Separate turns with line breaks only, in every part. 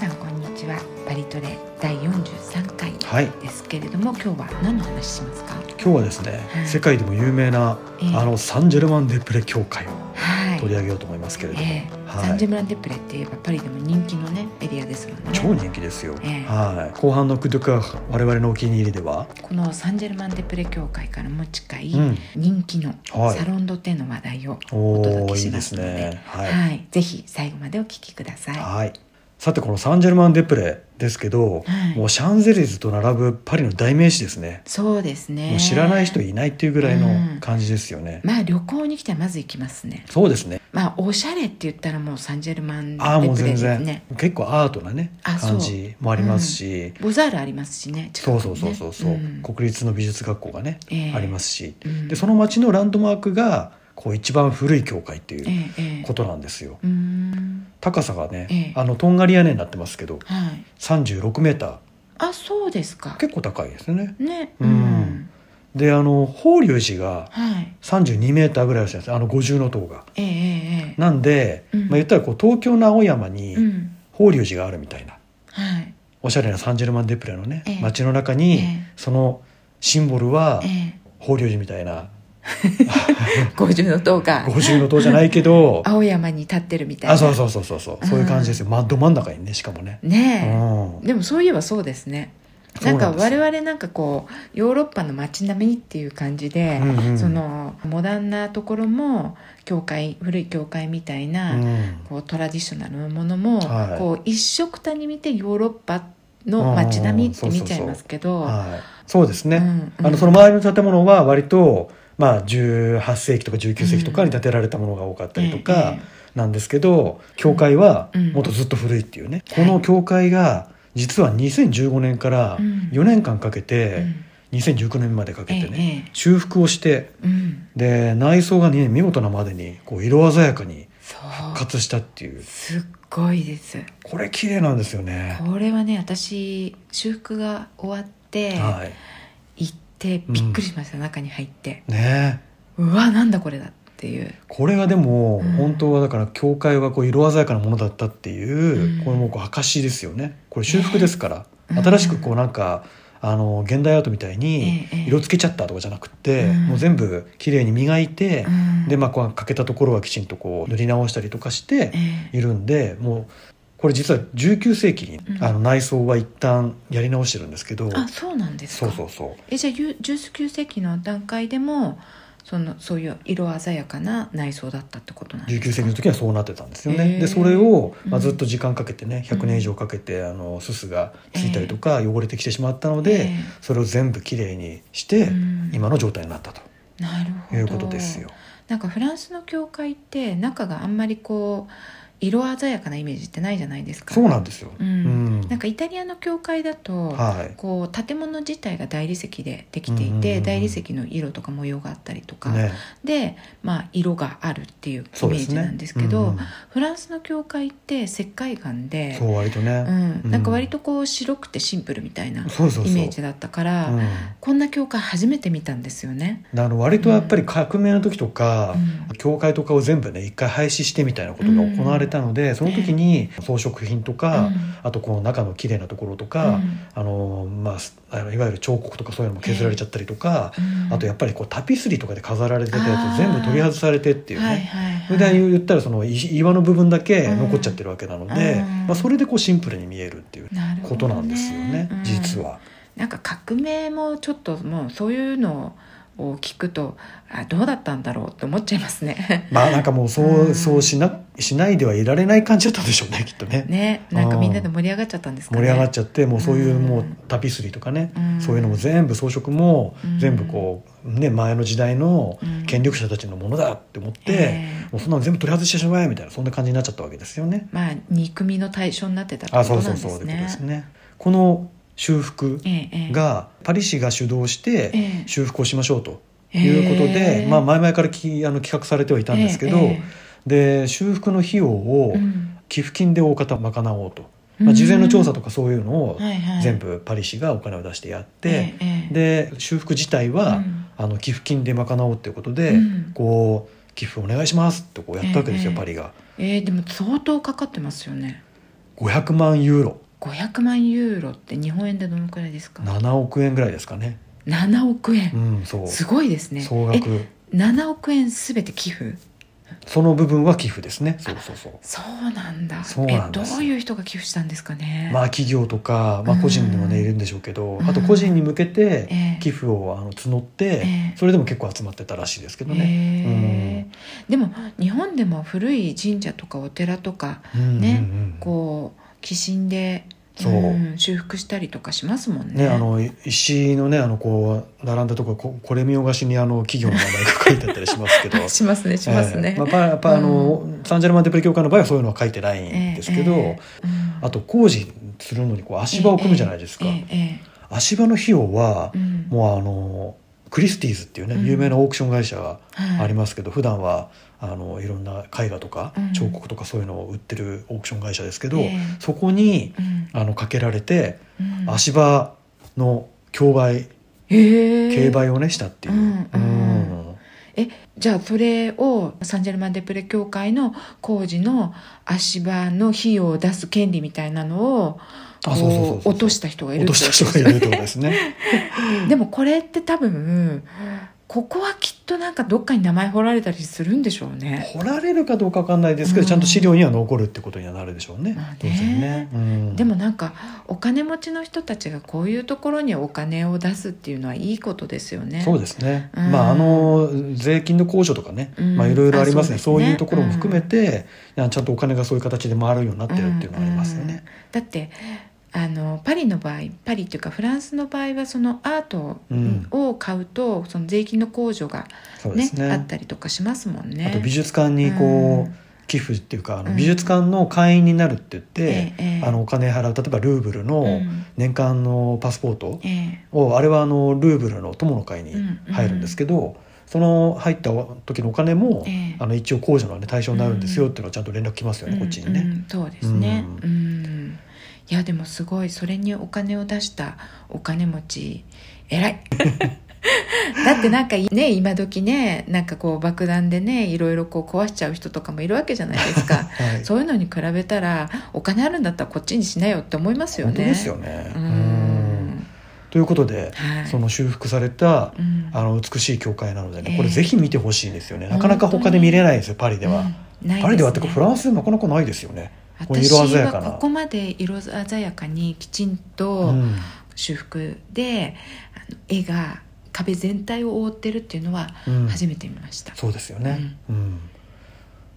日はバリトレ第43回
はい
ですけれども、今日は何の話しますか
今日はですね、
はい
世界でも有名な、
ええ
あのサンジェルマン・デ・プレ教会を
はい
取り上げようと思いますけれども、
ええ
はい
サンジェムランテプレって言えばパリでも人気のねエリアですもんね
超人気ですよ、
ええ
はい後半の「クドゥク」は我々のお気に入りでは、
このサンジェルマン・デ・プレ教会からも近い
うん
人気の
はい
サロンドテの話題をお届
お
け
ーい
し
い
ま
ですす
ので,、
ね
は
はいい、
ぜひ最後までお聞きください。
はいさてこのサンジェルマン・デ・プレですけど、
はい
もうシャンゼリゼと並ぶパリの代名詞ですね、
そうですね
もう知らない人いないっていうぐらい
うん
の感じですよね、
まあ旅行に来たらまず行きますね。
そうですね
まあおしゃれって言ったらもうサンジェルマン・デ・
ああもう
プレ
全
です
然、
ね。
結構アートなね
あそう
感じもありますし、
ボザールありますしね。近く
そ
に
う
ね
そうそうそうそう、
ん
国立の美術学校がね、
ええ
ありますし、
うん
でその町のランドマークがこう一番古い教会って
え
いう
えええ
ことなんですよ、
うーん
高さがね、
ええ
あのとんがり屋根になってますけど
はい。
36メータ
あそうですか
ー。結構高いですね
ね。
うんであの法隆寺が
はい。
32メーターぐらいあるじゃないですかあの五重の塔が
ええええええ
なんで、
うん
まあ、言ったらこう東京の青山に
うん
法隆寺があるみたいな
はい。
おしゃれなサンジェルマン・デ・プレのね、
ええ
街の中に、
ええ
そのシンボルは
ええ
法隆寺みたいな
五重の塔が
五重の塔じゃないけど
青山に立ってるみたいな
あそうそうそうそうそうそういう感じですよ、まど真ん中にねしかもね、
ねえ、
うん
でもそういえばそうですね
そ
な
うんな
か
んですよ
我々なんかこうヨーロッパの街並みっていう感じで、
うんうん
そのモダンなところも教会古い教会みたいな、
うん
こうトラディショナルなものも、
はい
こう一色たに見てヨーロッパの街並みって
うんうん
見ちゃいますけど、
はい、そうですね、
うんうん
あのその周りの建物は割と、まあ、18世紀とか19世紀とかに建てられたものが多かったりと
うん
か
ええ
なんですけど、教会は
うん
もっとずっと古いっていうね、
はい
この教会が実は2015年から
うん
4年間かけて、
うん
2019年までかけて
え
ね、
えええ
修復をして
うん、
で内装がね見事なまでにこう色鮮やかに
そう
復活したっていう
すっごいです
これ綺麗なんですよね。
これはね私修復が終わって、
は
行ってびっくりしました、中に入って
い、ねえ
うわなんだこれだっていう
これがでも、
うん
本当はだから教会はこう色鮮やかなものだったっていう、
うん
これもこう証ですよねこれ修復ですから、
え
新しくこうなんかあの現代アートみたいに
ええ
色つけちゃったとかじゃなくって、
うん
もう全部綺麗に磨いて、
うん
でまあこう欠けたところはきちんとこう塗り直したりとかして、
ええ
いるんでもうこれ実は19世紀に、
うん
あの内装は一旦やり直してるんですけど
あそうなんです
そ
か
うそうそう
えじゃあゆ19世紀の段階でもそのそういう色鮮やかな内装だったってことなんですか
19世紀の時はそうなってたんですよ
へ
ね
え
でそれを、ま
うん
あ、ずっと時間かけてね100年以上かけてあのすすがついたりとか汚れてきてしまったの
え
で
え
それを全部きれいにして
うん
今の状態になったと
なるほど
いうことですよ。
なんかフランスの教会って中があんまりこう色鮮やかなイメージってないじゃないですか
そうなんですよ、
う
うん
んなんかイタリアの教会だと、
はい
こう建物自体が大理石でできていて、
うんうんうんうん
大理石の色とか模様があったりとか、
ね、
で、まあ、色があるっていうイメ
そうで
ー
す
ジ
ね
なんですけど
うん
フランスの教会って石灰岩で
そう割とね、
うん、なんか割とこう白くてシンプルみたいなイメ
そうそうそう
ージだったから
うん
こんな教会初めて見たんですよね。
あの割とやっぱり革命の時とか、
うん
教会とかを全部ね一回廃止してみたいなことが行われたので、その時に装飾品とか、
うん
あとこの中の綺麗なところと
う
か、
ん
あのまあすあのいわゆる彫刻とかそういうのも削られちゃったりとか、
うん
あとやっぱりこうタピスリーとかで飾られてたや
あー
つ全部取り外されてっていうね。
はいはいはい
それで言ったらそのい岩の部分だけ残っちゃってるわけなので、
うん
まあ、それでこうシンプルに見えるっていう
なるほ
こ
ど
と
ね
なんですよね
うん
実は。
なんか革命もちょっともうそういうのを聞くとあどうだったんだろうって思っちゃいます ね。
まあなんかもうそう、
うん
そうしなしないではいられない感じだったんでしょうねきっとね。
ねなんかみんなで盛り上がっちゃったんですか
盛
ね。
り上がっちゃってもうそういう
うん
もうタピスリーとかね、
うん
そういうのも全部装飾も
うん
全部こう、ね、前の時代の
うん
権力者たちのものだって思って、
ええ
もうそんなの全部取り外してしまえみたいなそんな感じになっちゃったわけですよね。
まあ憎みの対象になってたって
あ
こと
そう
なん
そう
です
そう
ね。
ということですね。この修復
ええええ
がパリ市が主導して
ええ
修復をしましょうということ
え
で、
え
まあ、前々からきあの企画されてはいたんですけど、
ええ
で修復の費用を、
うん
寄付金で大方賄おうと、
う
ま
ん
あ、事前の調査とかそういうのを
はいはい
全部パリ市がお金を出してやって、
ええええ
で修復自体は、
うん
あの寄付金で賄おうっていうことで、
うん
こう寄付お願いしますってこうやったわけですよ、
ええ
パリが
ええでも相当かかってますよね。
500万ユーロ
500万ユーロって日本円でどのくらいですか
7億円ぐらいですかね
7億
う
円、
んそう
すごいですね
総
え
額
7億円すべて寄付
その部分は寄付ですねそうそうそう
そうなんだ
そうなんです
え
よ
どういう人が寄付したんですかね、
まあ企業とか、まあ、個人でもね、
うん
いるんでしょうけど
うん
あと個人に向けて
ええ
寄付をあの募って、
ええ
それでも結構集まってたらしいですけどね。
へーでも日本でも古い神社とかお寺とか
うん
ね
うんうん
こう寄進で、
そうん
修復したりとかしますもんね。
ね、あのい石のねあのこう並んだとこここれ見よがしにあの企業の名前が書いてあったりしますけ ど
しますねします
え
ね。
えまあ、やっぱあの、サンジェルマン・デ・プレ教会の場合はそういうのは書いてない
え
ん
え
ですけど、
ええうん
あと工事するのにこう足場を組むじゃないですか、
ええええ
足場の費用は
ええうん
もうあのクリスティーズっていうね
うん
有名なオークション会社が
はい
ありますけど、普段はあのいろんな絵画とか
うん
彫刻とかそういうのを売ってるオークション会社ですけど、
ええ
そこに
うん
あのかけられて
うん
足場の競売
へえ
競売をねしたっていう、
うんうん
うん
じゃあそれをサンジェルマン・デ・プレ協会の工事の足場の費用を出す権利みたいなのを
あそうそうそうそう
こう落とした人がいる
落
って
と
こ
し
とです
た人がい
よね
るってことです ね
でもこれって多分ここはきっとなんかどっかに名前掘られたりするんでしょうね。
掘られるかどうかわかんないですけ
う
ど、
ん
ちゃんと資料には残るってことにはなるでしょうね,、
まあね
当然ね、うん
でもなんかお金持ちの人たちがこういうところにお金を出すっていうのはいいことですよね。
そうですね、
うん
まああの税金の控除とかね、
うん
まあいろいろありますね
あ
そ
そううですね
いうところも含めて、ちゃんとお金がそういう形で回るようになってるっていうのはありますよね、
だってあのパリの場合パリっていうかフランスの場合はそのアート
うん
を買うと、その税金の控除が、
そうで
ね
すね
あったりとかしますもんね。
あと美術館にこう、
うん
寄付っていうかあの
うん
美術館の会員になるって言って
え、えええ
あのお金払う例えばルーブル
う
の
ん
年間のパスポート
ええ
を、あれはあのルーブルの友の会に入るんですけど、その入った時のお金も、
ええ
あの一応控除の、ね、対象になるんですよっていうのはちゃんと連絡来ますよね、こっちにね。
うんうんそうですね。
う
うん。いやでもすごいそれにお金を出したお金持ち偉 い。だってなんかね今時ねなんかこう爆弾でねいろいろこう壊しちゃう人とかもいるわけじゃないですか
はい
そういうのに比べたらお金あるんだったらこっちにしなよって思いますよね
本当ですよね。
う
うん
ん
ということで、
はい
その修復された
うん
あの美しい教会なのでね、
ええ
これぜひ見てほしいんですよね。なかなか他で見れないですよ、パリでは。
うんない
パリではって
す
か
ね
フランスでなかなかないですよね。こう
私
色鮮やか
は
な
ここまで色鮮やかにきちん
う
と、
ん、
修復であの絵が壁全体を覆ってるっていうのは
うん
初めて見ました、
そうですよね。うん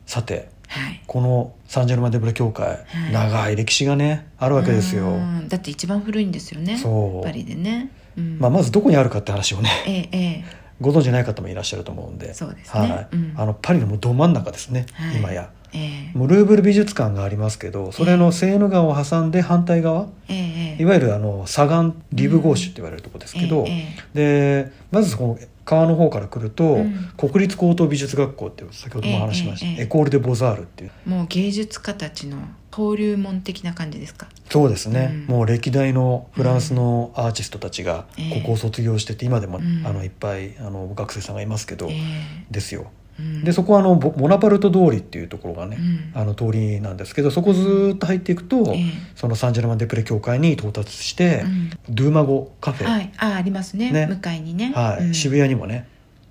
さて、
はい
このサンジェルマンデブレ教会、
はい
長い歴史がねあるわけですよ。
うんだって一番古いんですよね
そう
パリでね、うん
まあまずどこにあるかって話をね、
えええ
ご存知ない方もいらっしゃると思うんで、
そうですね
はい、
うん
あのパリのもうど真ん中ですね、
はい
今や。
ええ
もうルーブル美術館がありますけどそれのセーヌ川を挟んで反対側
えええ
いわゆるあの左岸リブゴーシュって言われるとこですけど、
ええ
でまずその川の方から来ると、
うん
国立高等美術学校っていう先ほどもお話ししました、
ええええ
エコール・デ・ボザールっていう
もう芸術家たちの登竜門的な感じですか
そうですね、
うん
もう歴代のフランスのアーティストたちが
ええ
ここを卒業してて今でも、
うん
あのいっぱいあの学生さんがいますけど、
え
ですよ。
えうん
でそこはあのボモナパルト通りっていうところがね、
うん
あの通りなんですけどそこずーっと入っていくと、
ええ
そのサンジェルマン・デ・プレ教会に到達して、
うん
ドゥーマゴカフェ、
はいあありますね
ね
向かいにね
はい
うん
渋谷にもね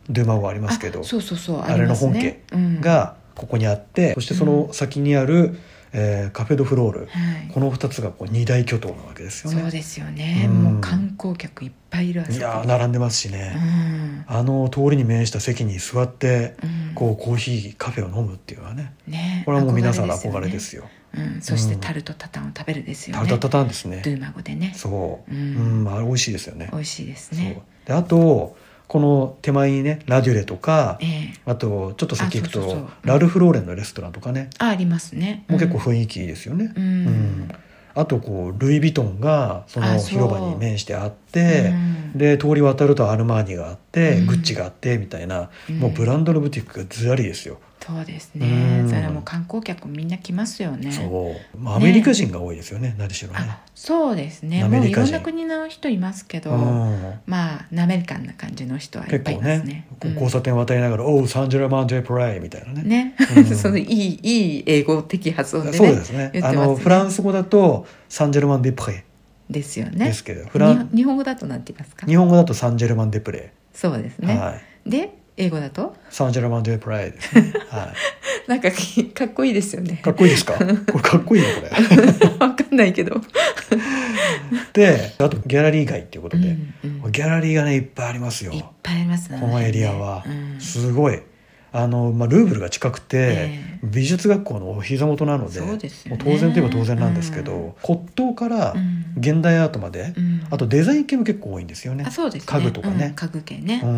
ドゥーマゴありますけど
あそうそうそう
あれの本家
ありますねうん
がここにあってそしてその先にある、えーカフェ・ド・フロール
はい
この2つがこう二大巨頭なわけですよ
そう
ね。
ですよね、
うん
もう観光客いっぱいいるあそこ
いやー並んでますし
う
ね、
ん
あの通りに面した席に座って
うん
こうコーヒーカフェを飲むっていうのはね
ね
これはもう皆さんの憧れ
よ
で
ね
すよ。
うん、そしてタルトタタンを食べるですよ
タ
ね
ルタタタンですね
ド。ゥーマゴでね
そう、う、
うんん
あれ美味しいですよね。
美味しいです
そ
ね
うであとこの手前にねラデュレとか、
ええ
あとちょっと先行くと
あそうそうそう
ラルフローレンのレストランとかね、
あありますね
もう結構雰囲気いいですよね。
うん
あとこうルイ・ヴィトンがその
あそう
広場に面してあって
うん
で通り渡るとアルマーニがあって、
うん
グッチがあってみたいな、
うん
もうブランドのブティックがずらりですよ。
そうですね
うん
それも観光客みんな来ますよね
そう、まあ、アメリカ人が多いですよね何しろね
あそうですね
ア
も
メ
う
リ
い
カ
ろ
人
んな国の人いますけど
うん
まあなめりかな感じの人はいっ
結
ぱいい
構
ます
ね
ね
こう交差点渡りながら「おうサンジェルマンジェプレイ」みたいなね
うんね
うん
そのいいいい英語的発音で
そうで
ね
すね
言ってま
あ
すね
のフランス語だとサンジェルマン・デプレ
ですよ
イで
ね
すけど、フラン
に日本語だとなんて言いますか
日本語だとサンジェルマン・デプレ
そうです
イ、
ね、
はい、
で英語だと
サンジェルマン・デプレイですね、は
なんかきかっこいいですよね
い、かっこいいですかこれかっこいいねこれ
わかんないけど、
であとギャラリー街っていうことで、
うんうん
ギャラリーがねいっぱいありますよ
いっぱいありますね
このエリアは、
うん
すごいあの、まあ、ルーブルが近く
え
て、美術学校のお膝元なので
そうですよ
も
ね
う当然といえば当然なんですけど、
うん
骨董から
うん
現代アートまで、
うん
あとデザイン系も結構多いんですよね
あそうですね
家具とかね
うん家具系ね、
う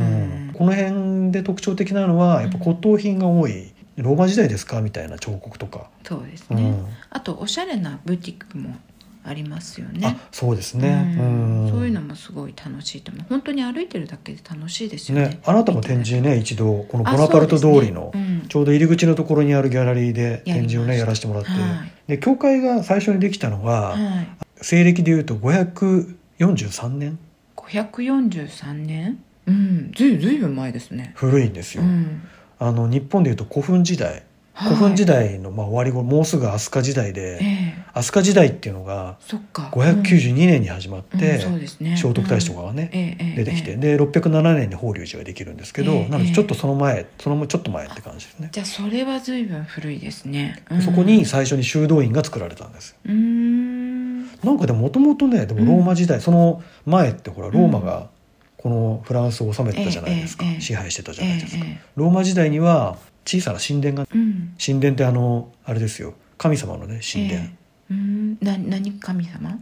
んこの辺で特徴的なのはやっぱ骨董品が多い、ローマ時代ですかみたいな彫刻とか、
そうです
うん
ね、あとおしゃれなブティックもありますよ
あ
ね
そうですね、
う
うん
んそういうのもすごい楽しいと思う本当に歩いてるだけで楽しいですよね
ねあなたも展示ね一度このボ
あ
ナパルト通り
そう
の、
ですねうん
ちょうど入り口のところにあるギャラリーで展示をねや
やり
ら
ま
せてもらって、
はい
で教会が最初にできたのは、
はい、
西暦でいうと543年
543年うんずいずいぶん前ですね、
古いんです
う
よ、
ん、
あの日本でいうと古墳時代
はい
古墳時代のまあ終わり頃もうすぐ飛鳥時代で、
ええ
飛鳥時代っていうのが
そっか
592年に始まっ
うんうん
て、
そうですね
聖徳太子とかがね、
ええええ
出てきて、
ええ
で607年に法隆寺ができるんですけど、
ええ
なのでちょっとその前そのちょっと前って感じですね、
じゃあそれは随分古いですね、うん
そこに最初に修道院が作られたんですよ
うーん
なんかでももともとねでもローマ時代、その前ってほらローマがこのフランスを治めてたじゃないですか、
ええええ
支配してたじゃ
え
な
え
いですか、
え
ローマ時代には小さな神殿が
えうん
神殿ってあのあれですよ神様のね神殿、
ええうんな何神様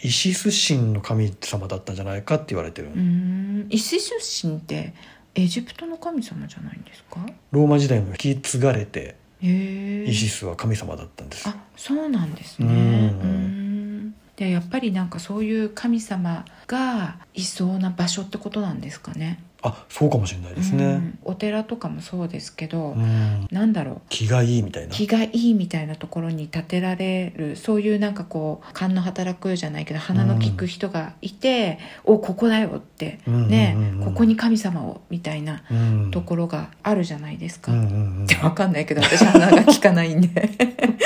イシス神の神様だったんじゃないかって言われてる、
うーんイシス神ってエジプトの神様じゃないんですか
ローマ時代も引き継がれて
へえ
イシスは神様だったんです、
あそうなんですね
う
うんーんでやっぱりなんかそういう神様がいそうな場所ってことなんですかね
あそうかもしれないです
う
ね、
んお寺とかもそうですけど、
うん、
なんだろう
気がいいみたいな
気がいいみたいなところに建てられるそういうなんかこう勘の働くじゃないけど鼻の利く人がいて、おここだよって
うん
ね、
うんうんうん
ここに神様をみたいな
うん
ところがあるじゃないですか。
うんう
っ
んうん
てわかんないけど私鼻が利かないんで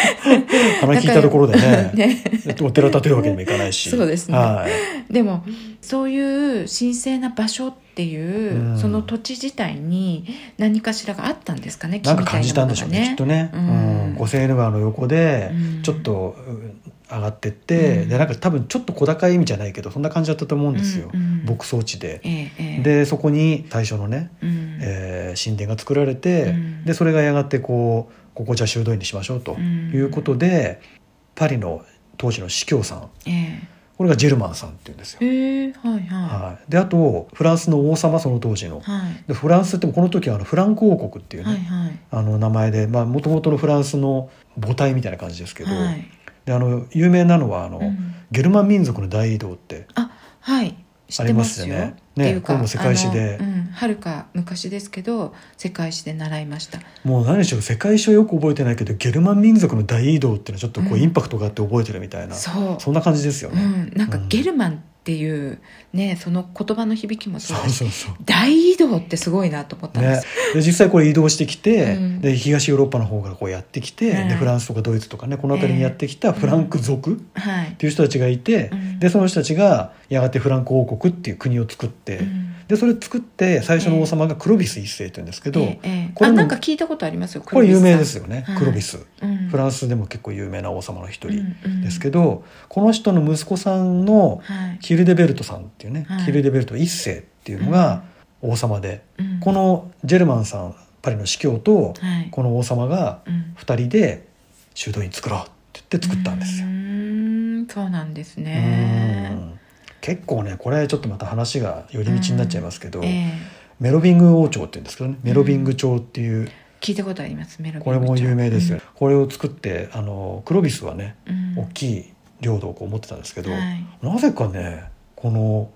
鼻聞いたとこ ろでね
ね
お寺建てるわけにもいかないし
そうですね
はい
でもそういう神聖な場所っていう、
うん
その土地自体に何かしらがあったんですかね
なんか感じたんでしょうねきっとね、う
うんん
五千円川の横で
うん
ちょっとうん上がってって、
うん
でなんか多分ちょっと小高い意味じゃないけどそんな感じだったと思うんですよ、
うんうん
牧草地で。
ええええ、
でそこに最初のね、
うん、
えー神殿が作られて、
うん
でそれがやがてこうここじゃ修道院にしましょうと
うん
いうことで、パリの当時の司教さん
え
これがジェルマンさんっていうんですよ
え。へえはいは
はい、であとフランスの王様その当時の
い、はい
でフランスってこの時はあのフランク王国っていうね、
はいはい
あの名前でもともとのフランスの母体みたいな感じですけど、
はい
であの有名なのはあの、
うん
ゲルマン民族の大移動って
あはい知
あ
っ
り
て
ま
ます
よ
すよ
ねね
っていう
こ
か
れも世界史で
あのうんはるか昔ですけど世界史で習いました
もう何でしょう世界史はよく覚えてないけどゲルマン民族の大移動っていうのはちょっとこう
うん
インパクトがあって覚えてるみたいな、
そう
そんな感じですよ
う
ね。
ん、なんか
うん
ゲルマンっていうね、その言葉の響きもそ
そうう
だし
そうそう
大移動ってすごいなと思ったんで
ね
す、、
で実際これ移動してきて、
うん
で東ヨーロッパの方からこうやってきて、
はい
でフランスとかドイツとかねこの辺りにやってきたフランク族っ
はい、
ていう人たちがいて、
うん
でその人たちがやがてフランク王国っていう国を作って、
うん
でそれ作って最初の王様がクロビス一世というんですけど、
ええええ
これ
あ
も
なんか聞いたことありますよ
これ有名ですよね、
はい
クロビス、フ
フ
ラ
ン
ンスでも結構有名な王様の一
ス
人ですけど、この人の息子さんの
はい
ヒルデベルトさんっていうね、
はい
ヒルデベルト一世っていうのが王様で、
うん
このジェルマンさんパリの司教と
はい
この王様が
うん
2人で修道院作ろうって言って作ったんですよ
う。ーんそうなんです
う
ね
ん結構ねこれちょっとまた話が寄り道になっちゃいますけど、
ええ
メロビング王朝っていうんですけどねメロビング朝っていう
聞いたことありますメロディー
これも有名です
ね
よ、ねこれを作ってあのクロビスはね
うん
大きい領土をこう持ってたんですけど、
はい
なぜかねこの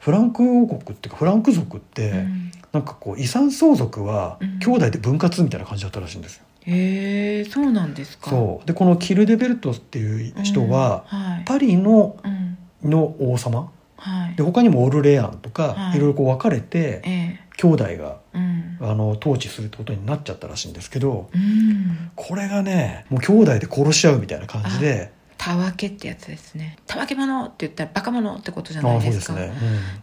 フランク王国っていうかフランク族って、
うん
なんかこう遺産相続は
うん
兄弟で分割みたいな感じだったらしいんですよ。
へえそうなんですか
そうでこのキルデベルトっていう人は、
うんはい
パリの
うん
の王様
はい
で他にもオルレアンとか、
はい
い、ろいろこう分かれて
ええ
兄弟が
うん
あの統治するってことになっちゃったらしいんですけど
うん
これがねもう兄弟で殺し合うみたいな感じで
たわけってやつですねたわけ者って言ったらバカ者ってことじゃ
あ
な
あ
い
そ
で
うですす
か
ね。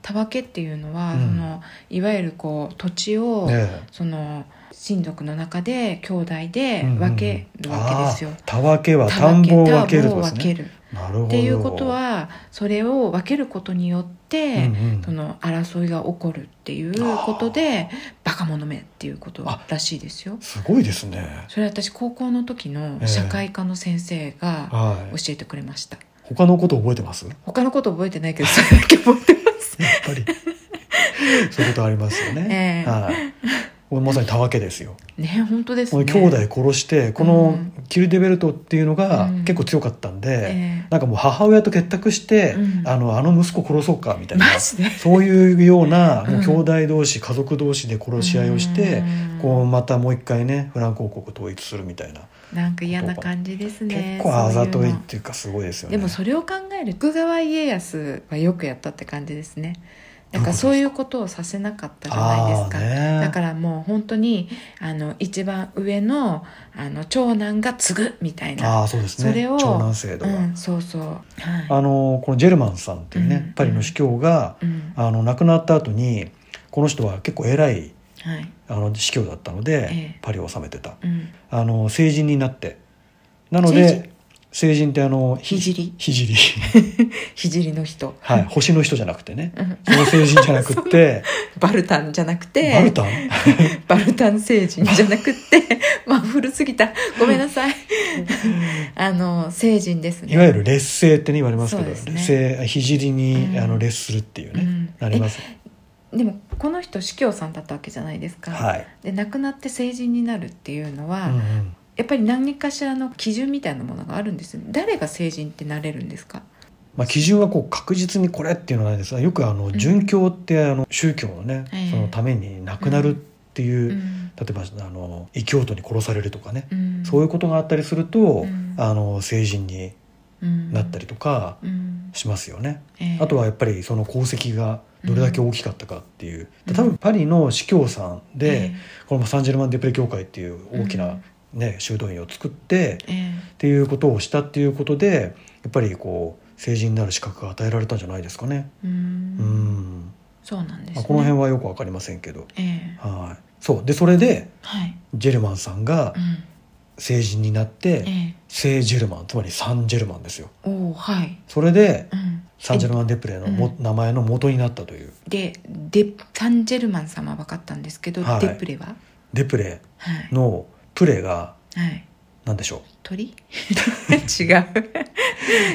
たわけっていうのは、
うん
そのいわゆるこう土地
う
を、
んね
その親族の中で兄弟で
えうんうん
分けるわけですよ、
ああたわけは
たわ
田ん
け
ぼを分ける
田ん
と
ぼ
か
を
です
分け
ね。
る
なるほど。
っていうことはそれを分けることによっ
うんう
て、
ん、
その争いが起こるっていうことでバカ者めっていうことらしいですよ
すごいですね。
それ私高校の時の社会科の先生が
はい
教。えてくれました、
他のこと覚えてます？ やっ
他のこと覚えてないけどそれだけ覚えてます
ぱりそういうことありますよね。
ええ
はい。これまさにたわけですよ。
ね本当です
この
ね
兄弟殺してこ
う
の
ん
キルデベルトっていうのが
うん
結構強かったんで。
え
なんかもう母親と結託して、
うん
あのあの息子殺そうかみ
え
たいな
マジで
そういうようなもう
うん
兄弟同士、家族同士で殺し合いをして、
うん
こうまたもう一回ねフランク王国統一するみたいな、
なんか嫌な感じですね
結構あざと
そう
いうっ
の
ていうかすごいですよね。
でもそれを考える徳川家康はよくやったって感じですねだからそういうことをさせなかったじゃないですか、
あーね
だからもう本当にあの一番上のあの長男が継ぐみたいな、
ああそうです
それ
ね
を
長男制度
う
が、
ん、そうそうは
あのこのジェルマンさんっていうね、
うん
パリの司教が
い、うん
あの亡くなった後にこの人は結構偉い
はい
あの司教だったので、
ええ
パリを治めてた
うん、
あの成人になってなの
成
で成人ってあの
聖人
ひじり
ひじりの人、
はい星の人じゃなくてね
うん
その成人じゃなくて
バルタンじゃなく
バ
て
ルタン
バルタン星人じゃなくて まあ古すぎたごめんなさい あの星人ですね
いわゆる劣勢ってね言われますけど
そうですね
劣勢ひじりに、
うん
あの劣するっていうね、
うん
なります
でもこの人司教さんだったわけじゃないですか、
はい、
で亡くなって成人になるっていうのは、
うんう
や
ん
っぱり何かしらの基準みたいなものがあるんですよね誰が成人ってなれるんですか
まあ、基準はこう確実にこれっていうのはないですがよくあの殉教ってあの宗教のね、
ええ
そのために亡くなるってい
う
う、
ん
例えばあの異教徒に殺されるとかね、
うん
そういうことがあったりすると、
ん
あの成人に
うん
なったりとか
うん
しますよね。
ええ
あとはやっぱりその功績がどれだけ大きかったかっていう、
うん
多分パリの司教さんで、
え
このサンジェルマン・デプレ教会っていう大き
う、
なんね修道院を作って
ええ
っていうことをしたっていうことでやっぱりこう成人になる資格が与えられたんじゃないですかね。
えう
うんん、
そうなんです、
まあ、
ね、
この辺はよくわかりませんけど、
ええ
はい。そうでそれで
はい、
ジェルマンさんが
うん
成人になって、
ええ
聖ジェルマンつまりサンジェルマンですよ。
おおはい、
それで
うん、
サンジェルマン・デプレのも、
う
名前の元になったという
でデサンジェルマン様は分かったんですけど、
はい
デプレは
デプレ
はい、
のプレが
はい、
何でしょ
鳥 違う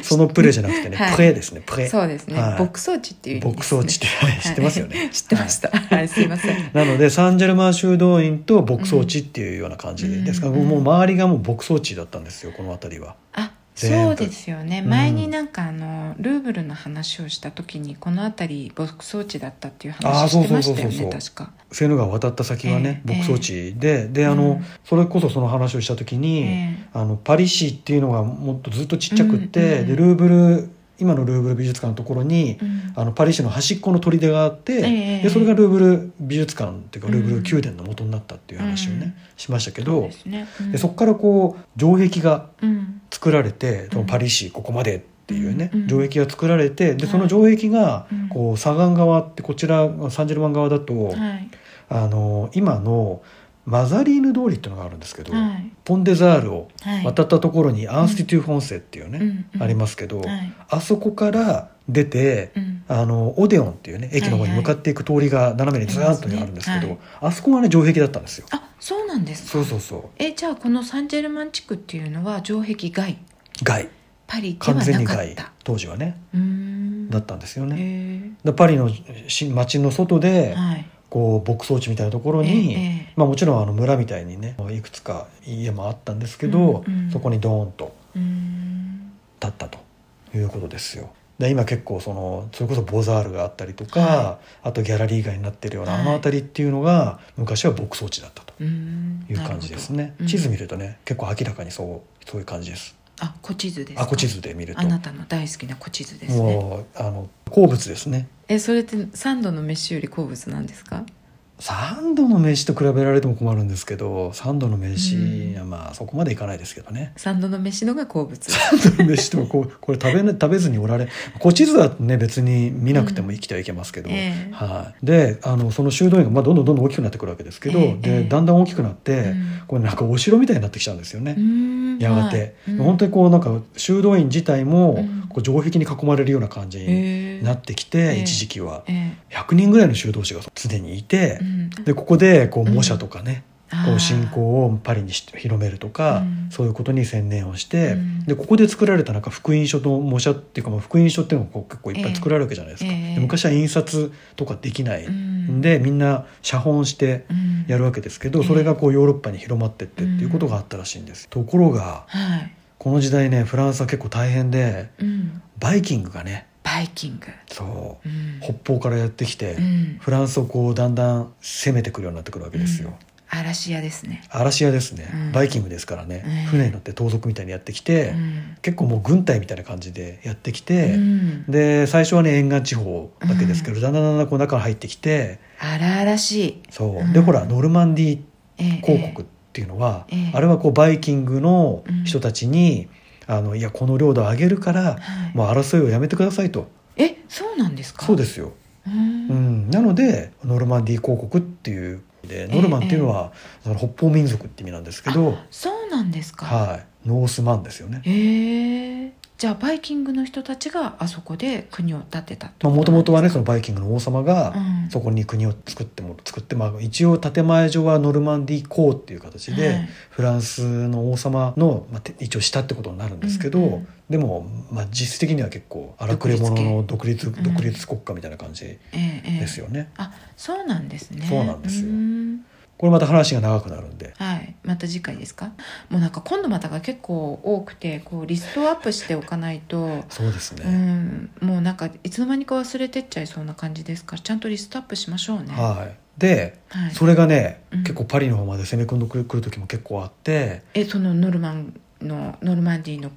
うそのプレじゃなくてね、
はい
プレですねプレ
そうですね、
はい
牧草地っていう意味
牧
ですね
草地って、はい知ってますよ
は
ね
い知ってましたはい、すいません
なのでサンジェルマン修道院と牧草地っていうような感じですから、
うん
もう周りがもう牧草地だったんですよこの辺りは
あ
全
そ
部
うですよね
うん
前になんかあのルーブルの話をした時にこの辺り牧草地だったっていう
あー
話
そう
して
そう
ま
そう
した
そうそ
よ
う
ね確か
セーヌ川渡った先はね、
ええ
牧草地で、であの、
うん
それこそその話をした時に、
え
あのパリ市っていうのがもっとずっとちっちゃくって、
うん
でルーブル今のルーブル美術館のところに、
うん
あのパリ市の端っこの砦があって、
ええ
でそれがルーブル美術館っていうか
うん
ルーブル宮殿の元になったっていう話をね、しましたけ
そう
ど
ですねうん
でそこからこう城壁が
うん
作られてその
うん
パリ市ここまでっていうね、
うん
城壁が作られてで
はい
その城壁が
うん
こう左岸側ってこちらサンジェルマン側だと、
はい
あの今のマザリーヌ通りっていうのがあるんですけど、
はい
ポン・デ・ザールを
はい
渡ったところにアンスティテューフォンセっていうね、ありますすけど、
はい
あそこから出て
うん
あのオデオンっていうね駅の方
はい
に
はい
向かっていく通りが斜めにずらっと
ありますね
あるんですけど、
はい
あそこがね城壁だったんですよ。
あそうなんです
そ
か
うそうそう
えじゃあこのサンジェルマン地区っていうのは城壁外
外
パリでは
完全
な
に
かっ
外
た
当時はね
うーん
だったんですよね。
へ
でパリのし街の外
え
で、
はい
こう牧草地みたいなところに、
ええ
まあ、もちろんあの村みたいにねいくつか家もあったんですけど、
うんうん
そこにドーンと
うーん
立ったということですよ。で今結構そのそれこそボザールがあったりとか、
は
あとギャラリー街になってるような、
はい
あの辺りっていうのが昔は牧草地だったと
うん
いう感じです
なる
ね
ほど、うん
地図見るとね結構明らかにそうそういう感じです
あ小地図ですか
あ小地図で見ると
あなたの大好きな小地図ですね
もうあの好物ですね
えそれって三度の飯より好物なんですか
サンドの飯と比べられても困るんですけどサンドの飯、
う
まあそこまでいかないですけどね
三度の飯のが好物
サンドの飯とかこう これ食べ,、ね、食べずにおられこう地図はね別に見なくても生きてはいけますけど、
ええ
はい、であのその修道院が、まあ、どんどんどんどん大きくなってくるわけですけど、
ええええ
でだんだん大きくなって、
うん
これなんかお城みたいになってきちゃうんですよね、
うん
やがて、
はいうん
本当にこうなんか修道院自体も、
うん
こう城壁に囲まれるような感じに
へえ
なってきて、
え
一時期は
ええ
100人ぐらいの修道士が常にいて
う、ん
でここでこう模写とかね、
あー
こう信仰をパリにし広めると
う
か、
ん
そういうことに専念をして、
うん
でここで作られたなんか福音書の模写っていうか、まあ、福音書っていうのがこう結構いっぱい作られるわけじゃないですか、
ええええ
で昔は印刷とかできない
うんん、
で、みんな写本して
うん
やるわけですけど、
ええ
それがこうヨーロッパに広まってってっていうことがあったらしいんです、ところが
はい、
この時代ねフランスは結構大変で
うん、
バイキングがね
バイキング、
そううん北方からやってきて、
うん、
フランスをこうだんだん攻めてくるようになってくるわけですよ、
うん嵐屋ですね、
嵐屋ですね、
うん
バイキングですからね、
うん
船に乗って盗賊みたいにやってきて、
うん
結構もう軍隊みたいな感じでやってきて、
うん、
で最初はね沿岸地方だけですけど、
う
だんだんだんだんこう中に入ってきて
荒々し
そう、
うん
でほらノルマンディ
い、ええ
公国っていうのは、
ええ
あれはこうバイキングの人たちに、あのいやこの領土を上げるから、
はい
もう争いをやめてくださいと
えそうなんですか、
そうですすよ、
う
うんん、なのでノルマンディー公国っていうでノルマンっていうのは、その北方民族って意味なんですけど、
そうなんですか、
はい、ノースマンですよね。
へえじゃあバイキングの人たちがあそこで国を建てたって
も
こととな
も
んで
と
す
はねそのバイキングの王様が
うん
そこに国を作っても作って、まあ、一応建前上はノルマンディー公っていう形で、
はい
フランスの王様の、まあ、て一応したってことになるんですけど、
うんうん
でも、まあ、実質的には結構荒くれ者の独立
系
独立,、国家みたいな感じ
ええええ
ですよね。
あそうなんですね
そうなんですよ
うん
これまた話が長くなるんで
はい、また次回ですかもうなんか今度またが結構多くてこうリストアップしておかないと、
そうですね。
うん、もうなんかいつの間にか忘れてっちゃいそうな感じですからちゃんとリストアップしましょうね。
はい、で、
はい、
それがね、
うん
結構パリの方まで攻め込んでくるくる時も結構あって。
えそのノルマンのノルマンディーの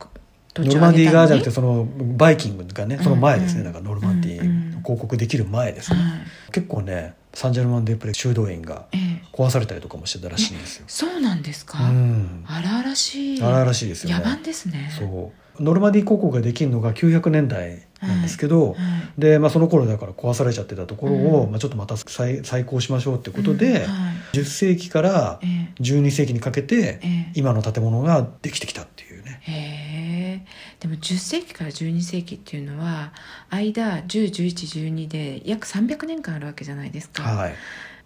土
ノ
地を
ル
あ
マンディ
げ
ー
たのに
側じゃなくてそのバイキングがねその前ですね、
うんうん
だからノルマンディーの広告できる前ですね、
はい
結構ねサンジェルマン・デ・プレ修道院が
ええ、
壊されたりとかもしてたらしいんですよ、
そうなんですか、
うん、
荒々しい
荒々しいですよ
野
ね
蛮ですね。
そうノルマンディー広告ができるのが900年代なんですけど、
はい
で、まあ、その頃だから壊されちゃってたところを、
うん
まあ、ちょっとまた再再興しましょうっていうこと
うん
で、
はい
10世紀から
ええ
12世紀にかけて
ええ
今の建物ができてきたっていうね
へえでも10世紀から12世紀っていうのは間101112で約300年間あるわけじゃないですか、
はい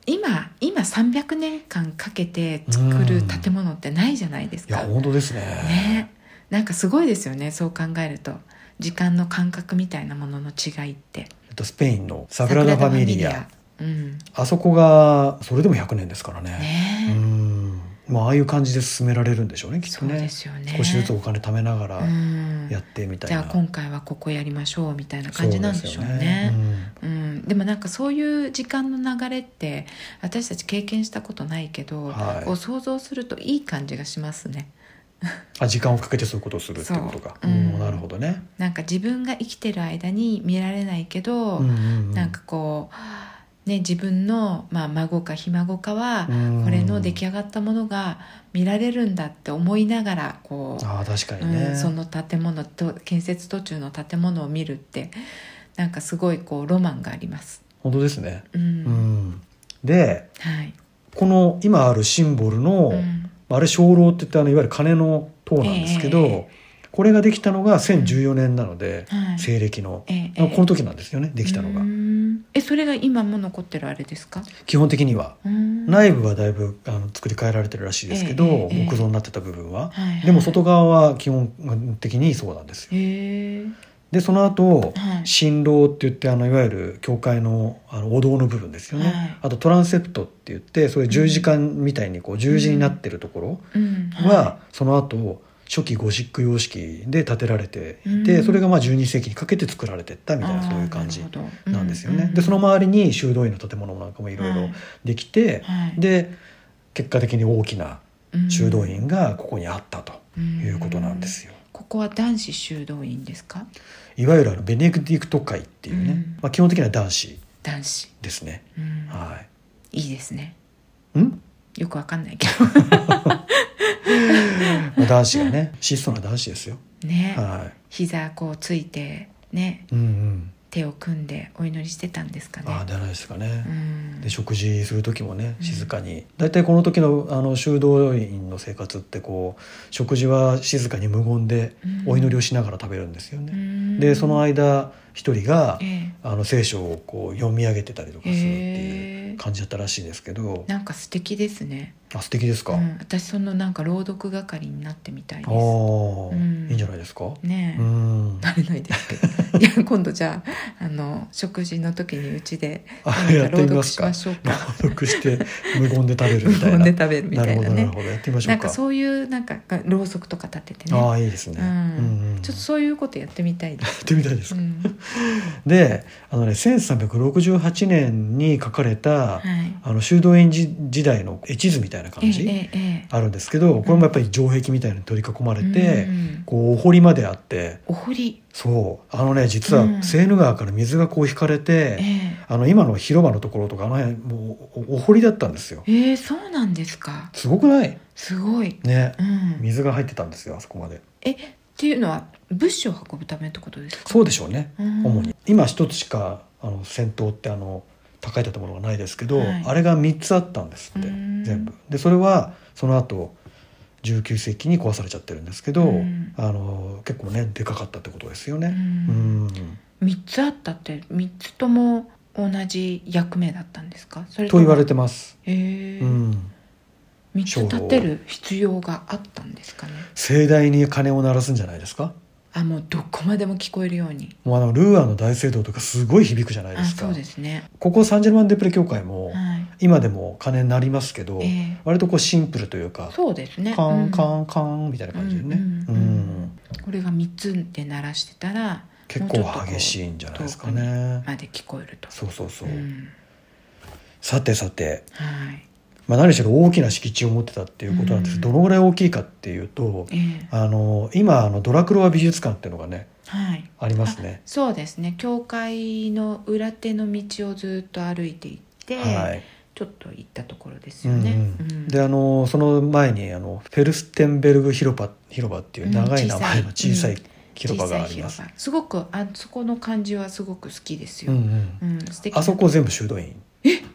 今今300年間かけて作る建物ってないじゃないです
いや
か、
本当ですね
ねなんかすごいですよねそう考えると時間の感覚みたいなものの違いって
えっと、スペインのサグラダ・ファミリ
サ
ア
グラダファミリアうん
あそこがそれでも100年ですからねう
ね
んまあああいう感じで進められるんでしょうね
え
きっと
そう
ね
ですよね
少しずつお金貯めながら
うん
やってみたい
じゃ
な、
あ今回はここやりましょうみたいな感じなんでしょうね
そうですよ
うん、でもなんかそういう時間の流れって私たち経験したことないけど、
はい
こう想像するといい感じがしますね
うんあ時間をかけてそういうことをするっていうことか
そううん
うんなるほどね、
なんか自分が生きてる間に見られないけど、
うんう
なんかこう、ね、自分の、まあ、孫かひ孫かは、
うん
これの出来上がったものが見られるんだって思いながらこう、
ああ確か
う
にね、
ん、その建物と建設途中の建物を見るってなんかすごいこうロマンがあります。
本当ですね、
う
うんんで
はい
この今あるシンボルの、
うん
あれ鐘楼って言ってあのいわゆる鐘の塔なんですけど、
え
これができたのが1014年なので、
はい
西暦の、
ええええ
この時なんですよねできたのが、
うんえそれが今も残ってるあれですか
基本的には
ない
内部はだいぶあの作り変えられてるらしいですけど、
ええええ
木造になってた部分
は
は、
いはい
でも外側は基本的にそうなんですよ
へえ
でその後
はい
新郎って言ってあのいわゆる教会のあのお堂の部分ですよね、
はい
あとトランセプトって言ってそういう十字架みたいにこう十字になってるところ
うん
は、その後初期ゴシック様式で建てられて
う
い
ん
てそれがまあ12世紀にかけて作られてったみたいな
あー
そういう感じ
るほど
なんですよ
う
ね
う。
でその周りに修道院の建物なんかもいろい
は
ろ
い
できて
はい
で結果的に大きな
うん
修道院がここにあったということなんで
う
すよ。
んここは男子修道院ですか
いわゆるあのベネディクト会っていうね、
うん
まあ、基本的には男子
男子、
ですね。
うん
はい
いですね
い、ん
よくわかんないけど
男子がね質素な男子ですよ。
ね、
は
膝こうついてね
い、うんうん、
手を組んでお祈りしてたんですかね
ああじゃないですかね。
うん
で食事する時もね
うん
静かに大体、この時のあの修道院の生活ってこう食事は静かに無言で
うん
お祈りをしながら食べるんですよね。
うん
でその間一人が
え
あの聖書をこう読み上げてたりとかす
え
るっていう
へえ
感じだったらしいですけど
なんか素敵ですね、
あ素敵ですか、
う
あ
ん、私そのなんか朗読係になってみたい
あ
で
ー、
うん
いいんじゃないですか、
すねえ、
うん
なれないですけ どいや今度じゃああの食事の時にうちで
あ
な
や
ん
っ
か
て
朗
み
読
ます
し
か
ましょう
朗
か
読して無言で食べる
無
みたい
言
な
で食べるみ
な
た
る
い
ほ
な
どなる
ね
ほどやってみましょ
な
うん
か
か
そういうなんかがろうそくとか立ててね
ああいいですね、
う
うんうんん
ちょっとそういうことやってみたいです
やってみたいです
う
か、
ん
であのね1368年に書かれた、
はい
あの修道院時時代の絵地図みたいな
え
感
え
じ、
えええ
あるんですけどこれもやっぱり城壁みたいに取り囲まれ
え
て、
うん
こうお堀まであって
お堀
そうあのね実
うん
はセーヌ川から水がこう引かれ
え
て、
え
あの今の広場のところとかあの辺もうおお堀だったんですよ
ええそうなんですか
すごくない
すごい、
ね
うん、っ
水が入ってたんですよあそこまで
ていうのは物資を運ぶためってことですか
そうでしょうね
うん
主に今一つしかあの戦闘ってあの高い建物がないですけど、
はい
あれが3つあったんですって
うん
全部でそれはその後19世紀に壊されちゃってるんですけど、
うん
あの結構ねでかかったってことですよ
う
ね。うんん
三つあったって三つとも同じ役目だったんですかそれ
と言われ
て
てます。
ええ
うん
三つ立てる必要があったんですかね
盛大に鐘を鳴らすんじゃないですか。
あもうどこまでも聞こえるように
もうあのルーアの大聖堂とかすごい響くじゃないで
あ
すか。
そうですね
ここサンジェルマンデプレ教会も
はい
今でも鐘鳴りますけど、
ええ
割とこうシンプルというか、
そうですね
カン
ン
カンカンみたいな感じで
うん
ね。
う
うん
うん
ん
これが三つで鳴らしてたら
結
もうちょっとこ
構
う
激しいんじゃないですか
遠
ね
く。まで聞こえると
そうそうそう。
ん、
さてさて、
はい
まあ何しろ大きな敷地を持ってたっていうことなんです。
うん
どのぐらい大きいかっていうと、
ええ
あの今あのドラクロワ美術館っていうのがね
はい
ありますね。
そうですね教会の裏手の道をずっと歩いていって、
はい。
ちょっと行ったところです
う
よ
んう
ね、
んであのその前にあのフェルステンベルグ広場広場っていう長い名前の小さい広場があります
小さい広。場すごくあそこの感じはすごく好きです
う
よ、
ん
う
うんん。
素敵な
あそこ全部修道院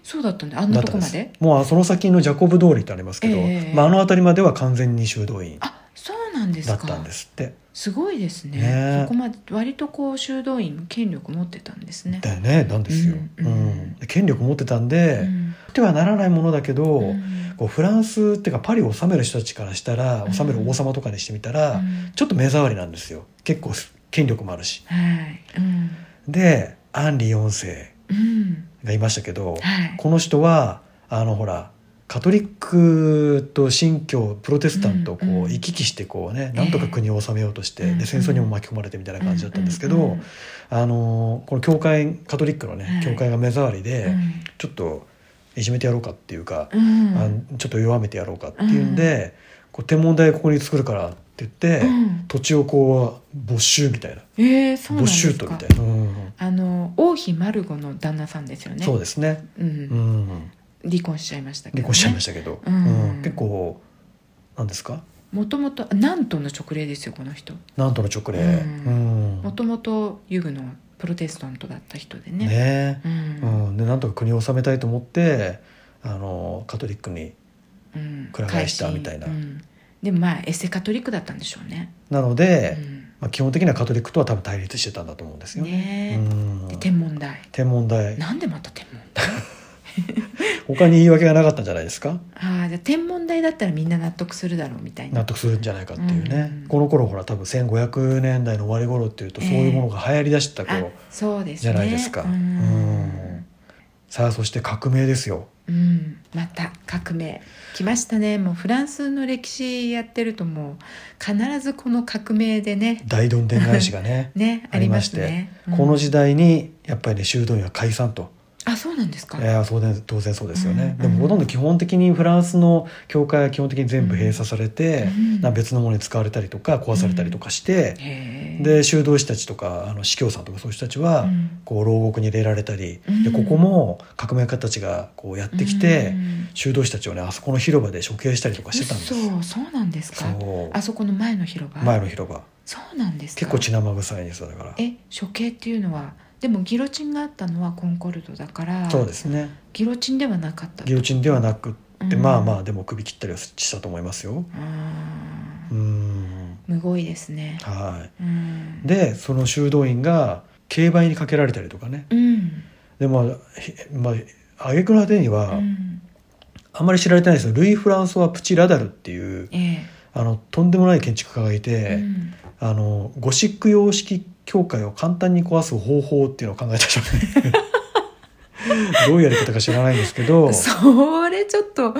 そうだったんだあん
だ
な
っ
と
た
こ
んで
ますで
もうその先のジャコブ通りってありますけど、
ええ
まあ、あの辺りまでは完全に修道院
あそうなんです
だ
か
ったんですって
すごいですね
ねえ
そこまで割とこう修道院権力持ってたんですね
だよねなんですよ、
う
うんん
うん
で権力持ってたんで、
うん
ってはならないものだけど、
うん
こうフランスっていうかパリを治める人たちからしたら
うん
治める王様とかにしてみたら、
うん
ちょっと目障りなんですよ結構権力もあるし
はいうん
でアンリ4世
うん
がいましたけど、
はい
この人はあのほらカトリックと新教プロテスタントをこう
うんうん
行き来してこうねなんとか国を治めようとして、
ええうんう
で
ん
戦争にも巻き込まれてみたいな感じだったんですけど、
うんうんうん
あのこの教会カトリックのね、
はい
教会が目障りで、
うん
ちょっといじめてやろうかっていうか、
うん
あのちょっと弱めてやろうかっていうんで、こう天文台ここに作るからって言って、
うん
土地をこう没収みたいな
えー、そうなん
没
です
収
か
とみたいな、うん
あの王妃マルゴの旦那さんですよね
そうですね、
う、
うんん、
離婚しちゃいましたけど、ね、
離婚しちゃいましたけど、
うん
うん結構なんですか
もともとなんとの直令ですよこの人
なんとの直令、
う
うん
もともとユグのプロテスタントだった人でね
ね
うん、
うん、でなんとか国を治めたいと思ってあのカトリックに
うん
くら替えしたみたいな
改心うんでもまあエセカトリックだったんでしょうね、
なので、
うん
まあ、基本的にはカトリックとは多分対立してたんだと思うんですよね。
ねえ
うん
で天文台
天文台
なんでまた天文台
他に言い訳がなかったんじゃないですか
ああじゃあ天文台だったらみんな納得するだろうみたいな
納得するんじゃないかっていうね、
うん
この頃ほら多分1500年代の終わり頃っていうと
え
そ
え
ういうものが流行りだした
あ
頃
そうですね
じゃないですか、
う
うん
ん
さあそして革命ですよ
うん、また革命来ましたねもうフランスの歴史やってるともう必ずこの革命でね
大どんでん返しがね
ねあ
あ
り
り
ま
ま
す
して
ね。
この
うん
時代にやっぱりね修道院は解散と、
あそうなんですか。
えーそうで当然そうですよね、
うんうん
でもほとんど基本的にフランスの教会は基本的に全部閉鎖されて、
うん
な別のものに使われたりとか壊されたりとかして、
へー
で修道士たちとかあの司教さんとかそういう人たちは、
うん
こう牢獄に入れられたり、
う
で
ん
ここも革命家たちがこうやってきて、
うん
修道士たちをねあそこの広場で処刑したりとかしてたんです
そうそうなんですか。
そう
あそこの前の広場。
前の広場
そうなんですか。
結構血生臭いんですよだから
え処刑っていうのはでもギロチンがあったのはコンコルドだから。
そうですね
ギロチンではなかった。
ギロチンではなくって、
うん
まあまあでも首切ったりはしたと思いますよ
あ
うーん
ーむごいですね。
は
うん
い。でその修道院が競売にかけられたりとかね
うん。
でまあひまあ挙句の果てには、
うん
あんまり知られてないんですよルイ・フランソワ・プチ・ラダルっていう
え
あのとんでもない建築家がい
え。
て、
うん
あのゴシック様式教会を簡単に壊す方法っていうのを考えた人が いてどういうやり方か知らないんですけど
それちょっと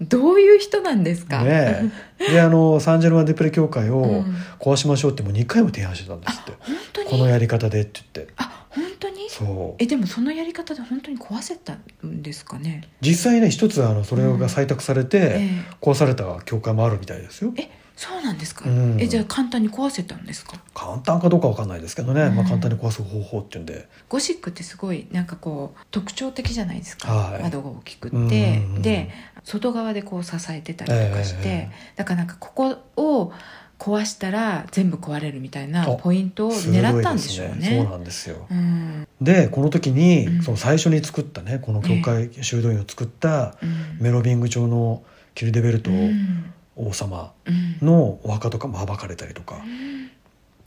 どういう人なんですか。
ねえであのサンジェルマン・デ・プレ教会
う
を
ん
壊しましょうってもう2回も提案してたんですって、
本当に。
このやり方でって言って
あ本当に。
そう
えでもそのやり方で本当に壊せたんですかね。
実際ね一つあのそれ
うん
が採択されて、
え
壊された教会もあるみたいですよ
ええそうなんですか。
うん
えじゃあ簡単に壊せたんですか。
簡単かどうかわかんないですけどね、
うん
まあ、簡単に壊す方法っていうんで
ゴシックってすごいなんかこう特徴的じゃないですか、
はい
窓が大きくって、
うんうんうん
で外側でこう支えてたりとかして、
ええ
だからなんかここを壊したら全部壊れるみたいな
あ
ポイントを
鋭い
狙ったんでしょう
ですそう
ね。
なんですよ
うん
でこの時
うん
にその最初に作ったねこの教会修道院を作った
うん
メロビング朝のキルデベルト
うん
王様
うん
のお墓とかも暴かれたりとか、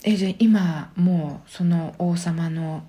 えじゃあ今もうその王様の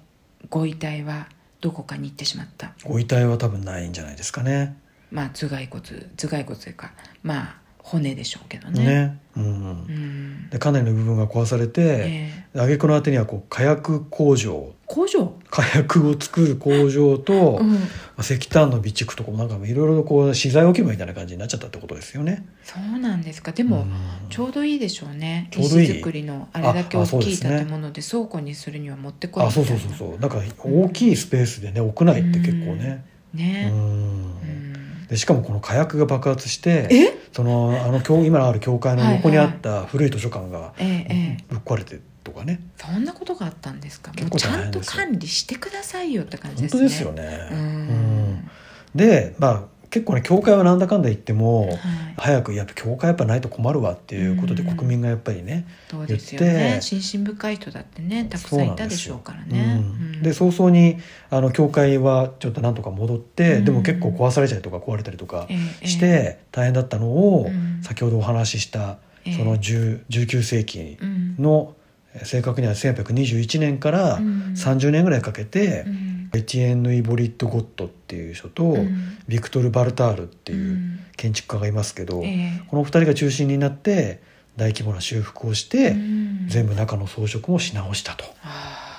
ご遺体はどこかに行ってしまった
ご遺体は多分ないんじゃないですかね。
まあ頭蓋骨頭蓋骨というかまあ骨でしょうけどね
ねうん
うん
でかなりの部分が壊されて、
ええ
挙句の果てにはこう火薬工場
工場
火薬を作る工場と、
うん
石炭の備蓄とかもなんかいろいろこう資材置き場みたいな感じになっちゃったってことですよね。
そうなんですかで
で
も、ちょうどいいでしょうね
ちょうどいい
石造りのあれだけ
ああ
大
そう
き
で
い
すね
建物で倉庫にするにはもってこい
あ
みた
そ
いうな
そうそうそうだから大きいスペースでね屋内って結構ね。う
ね、
ん
うん
でしかもこの火薬が爆発して
え
そのあの教今ある教会の横にあった古い図書館が
ええええ
ぶっ壊れてとかね
そんなことがあったんですかも
結
う
構
ち
大
ゃん
変
と
ですよ
管理してくださいよって感じ
本
です
当
ね
ですよね。
う
うん
ん、
でまあ結構ね教会はなんだかんだ言っても
はい、
早くやっぱ教会やっぱないと困るわっていうことで
うん
国民がやっぱりね
そうですよね
言って
心身深い人だってねたく
そ
さ
うんないん
た
で
ですしょ
よ
うからね
うんで早々にあの教会はちょっとなんとか戻って、
うん
でも結構壊されちゃいとか壊れたりとか
ええ
し
え
て大変だったのを、
うん
先ほどお話しした
え
その10 19世紀
うん
の、えー正確には1821年から
うん
30年ぐらいかけて
う、ん
エティエンヌ・イボリット・ゴットっていう人と、
うん
ビクトル・バルタールって
う
いうん建築家がいますけど、
え
この2人が中心になって大規模な修復をして、
えうん
全部中の装飾もし直したと。
あ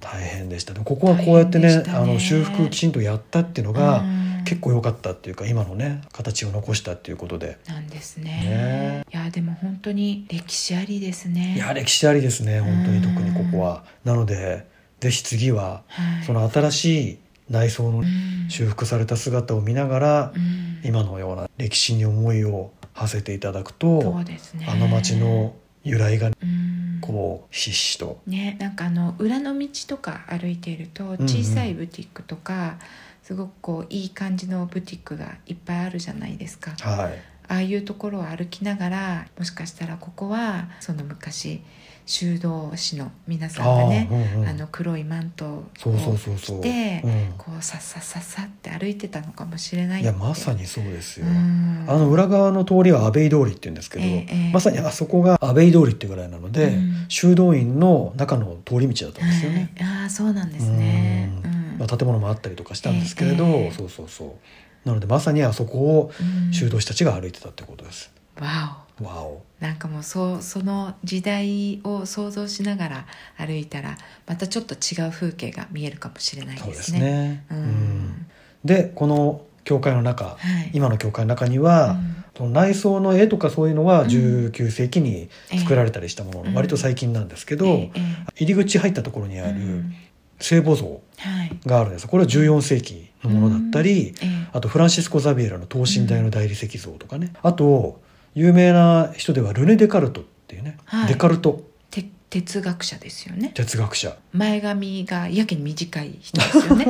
大変でしたでもここはこうやって
大変
ね
でしたね
あの修復きちんとやったっていうの
ーう
が
ん
結構良かったっていうか今のね形を残したっていうことで
なんですね
ね
いやでも本当に歴史ありですね
いや歴史ありですね本当に
う
特
ん
にここはなのでぜひ次は
はい
その新しい内装の
うん
修復された姿を見ながら
うん
今のような歴史に思いを馳せていただく
そ
と
うですね
あの町の由来が
うん
こうひっしと
ね、なんかあの裏の道とか歩いていると
うん
小さいブティックとか、すごくこういい感じのブティックがいっぱいあるじゃないですか
はい
ああいうところを歩きながらもしかしたらここはその昔修道士の皆さんがね
あーうんうん
あの黒いマントを
そうそうそうそう
着て
うん
こうさっさっさっさって歩いてたのかもしれない
いやまさ
に
にそうですよ。
うん
あの裏側の通りはアベイ通りって言うんですけど、
ええええ
まさにあそこがアベイ通りっていうぐらいなので、
うん
修道院の中の通り道だったんですよね。
はいああそうなんですね
う
うんん
まあ、建物もあったりとかしたんですけれど、
ええええ
そうそうそうなのでまさにあそこを
うん
修道士たちが歩いてたってことです。
わお
わお
なんかもうそうその時代を想像しながら歩いたらまたちょっと違う風景が見えるかもしれない
そう
で
ですす
ね。
ね。
う
うん
ん
でこの教会の中、
はい
今の教会の中には、その内装の絵とかそういうのは19世紀に作られたりしたもの、
うん
割と最近なんですけど、
えええ
入り口入ったところに
え
あ
う
る
ん
聖母像
はい
があるんですこれは14世紀のものだったり、
ええ
あとフランシスコ・ザビエラの等身大の大理石像とかね、あと有名な人ではルネ・デカルトっていうね、
はい
デカルト
て哲学者ですよね
哲学者
前髪がやけに短い人ですよ ね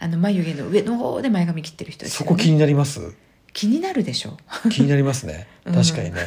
あの眉毛の上の方で前髪切ってる人です
そ
よね
こ気になり ます
気になるでしょ
気になりますね
うん
確かにね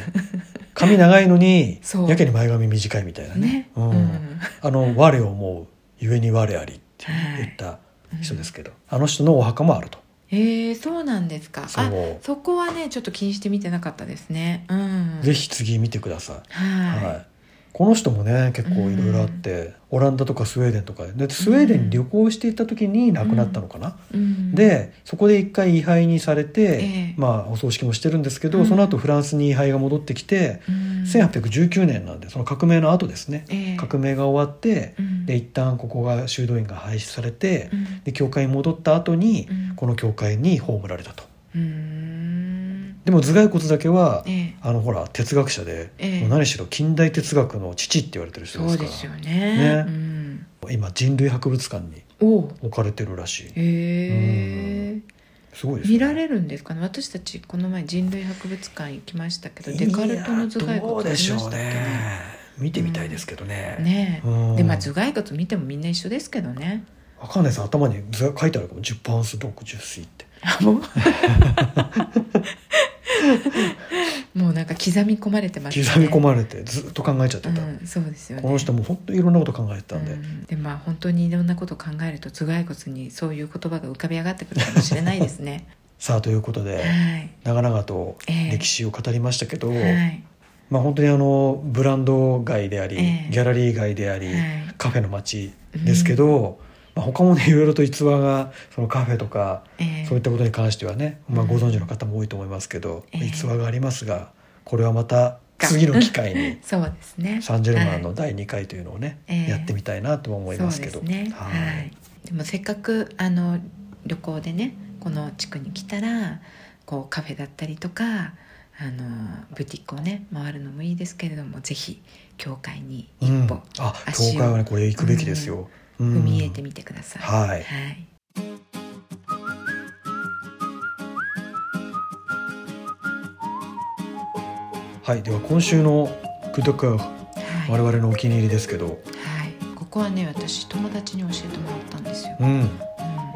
髪長いのに
そう
やけに前髪短いみたいなね
ね、
うんあの「我を思うゆえに我あり」って言った人ですけど、あの人のお墓もあると
えー、そうなんですか
そ
あ
う
そこはねちょっと気にして見てなかったですねうん
ぜひ次見てください、
はい、
はいこの人もね結構いろいろあって、オランダとかスウェーデンとかでスウェーデンに旅行していた時に亡くなったのかな、
うん、
でそこで一回位牌にされて、
ええ
まあお葬式もしてるんですけど、
うん
その後フランスに位牌が戻ってきて、
うん、
1819年なんでその革命の後ですね、
ええ
革命が終わって
うん
で一旦ここが修道院が廃止されて
うん
で教会に戻った後に
うん
この教会に葬られたと
うーん
でも頭蓋骨だけは
ええ
あのほら哲学者で、
ええ
もう何しろ近代哲学の父って言われてる人
そう
ですか
で
ら
すよね
ね
うん、
今人類博物館に
おう
置かれてるらしい
へえ
すごいですね
見られるんですかね私たちこの前人類博物館行きましたけどデカルトの頭蓋
いやどう
骨あり
で
ま
し
し
ょ
た
う
っけね
ね見てみたいですけどね、
ねえ
うん
でまあ頭蓋骨見てもみんな一緒ですけど ね
赤根さん頭に図が書いてあるかも10パウンス60水って
あもうもうなんか刻み込まれてます
刻み込まれてずっと考えちゃってた、
うん、そうですよね
この人も本当にいろんなこと考えてたんで、
うんでまあ本当にいろんなことを考えると頭蓋骨にそういう言葉が浮かび上がってくるかもしれないです ね
さあということで
はい
長々と
ええ
歴史を語りましたけど、
はい
まあ、本当にあのブランド街であり、
ええ
ギャラリー街であり、
はい
カフェの街ですけど、まあ、他もねいろいろと逸話がそのカフェとか
えー
そういったことに関してはね、まあ、
うん
ご存知の方も多いと思いますけど、
ええ
逸話がありますがこれはまた次の機 会に
そうですね
サンジェルマン
は
の
い
第2回というのをね、
ええ
やってみたいなとは思いますけど。
そうですねはい、でもせっかくあの旅行でねこの地区に来たらこうカフェだったりとかあのブティックをね回るのもいいですけれどもぜひ教会に一
うん
歩、
あ
足を
教会はねこれ行くべきですよ。うん
踏み入れてみてください、
はい
はい
はい、では今週の「クドク」
はい
我々のお気に入りですけど、
はい、ここはね私友達に教えてもらったんですよ、
う
う
ん、
ん、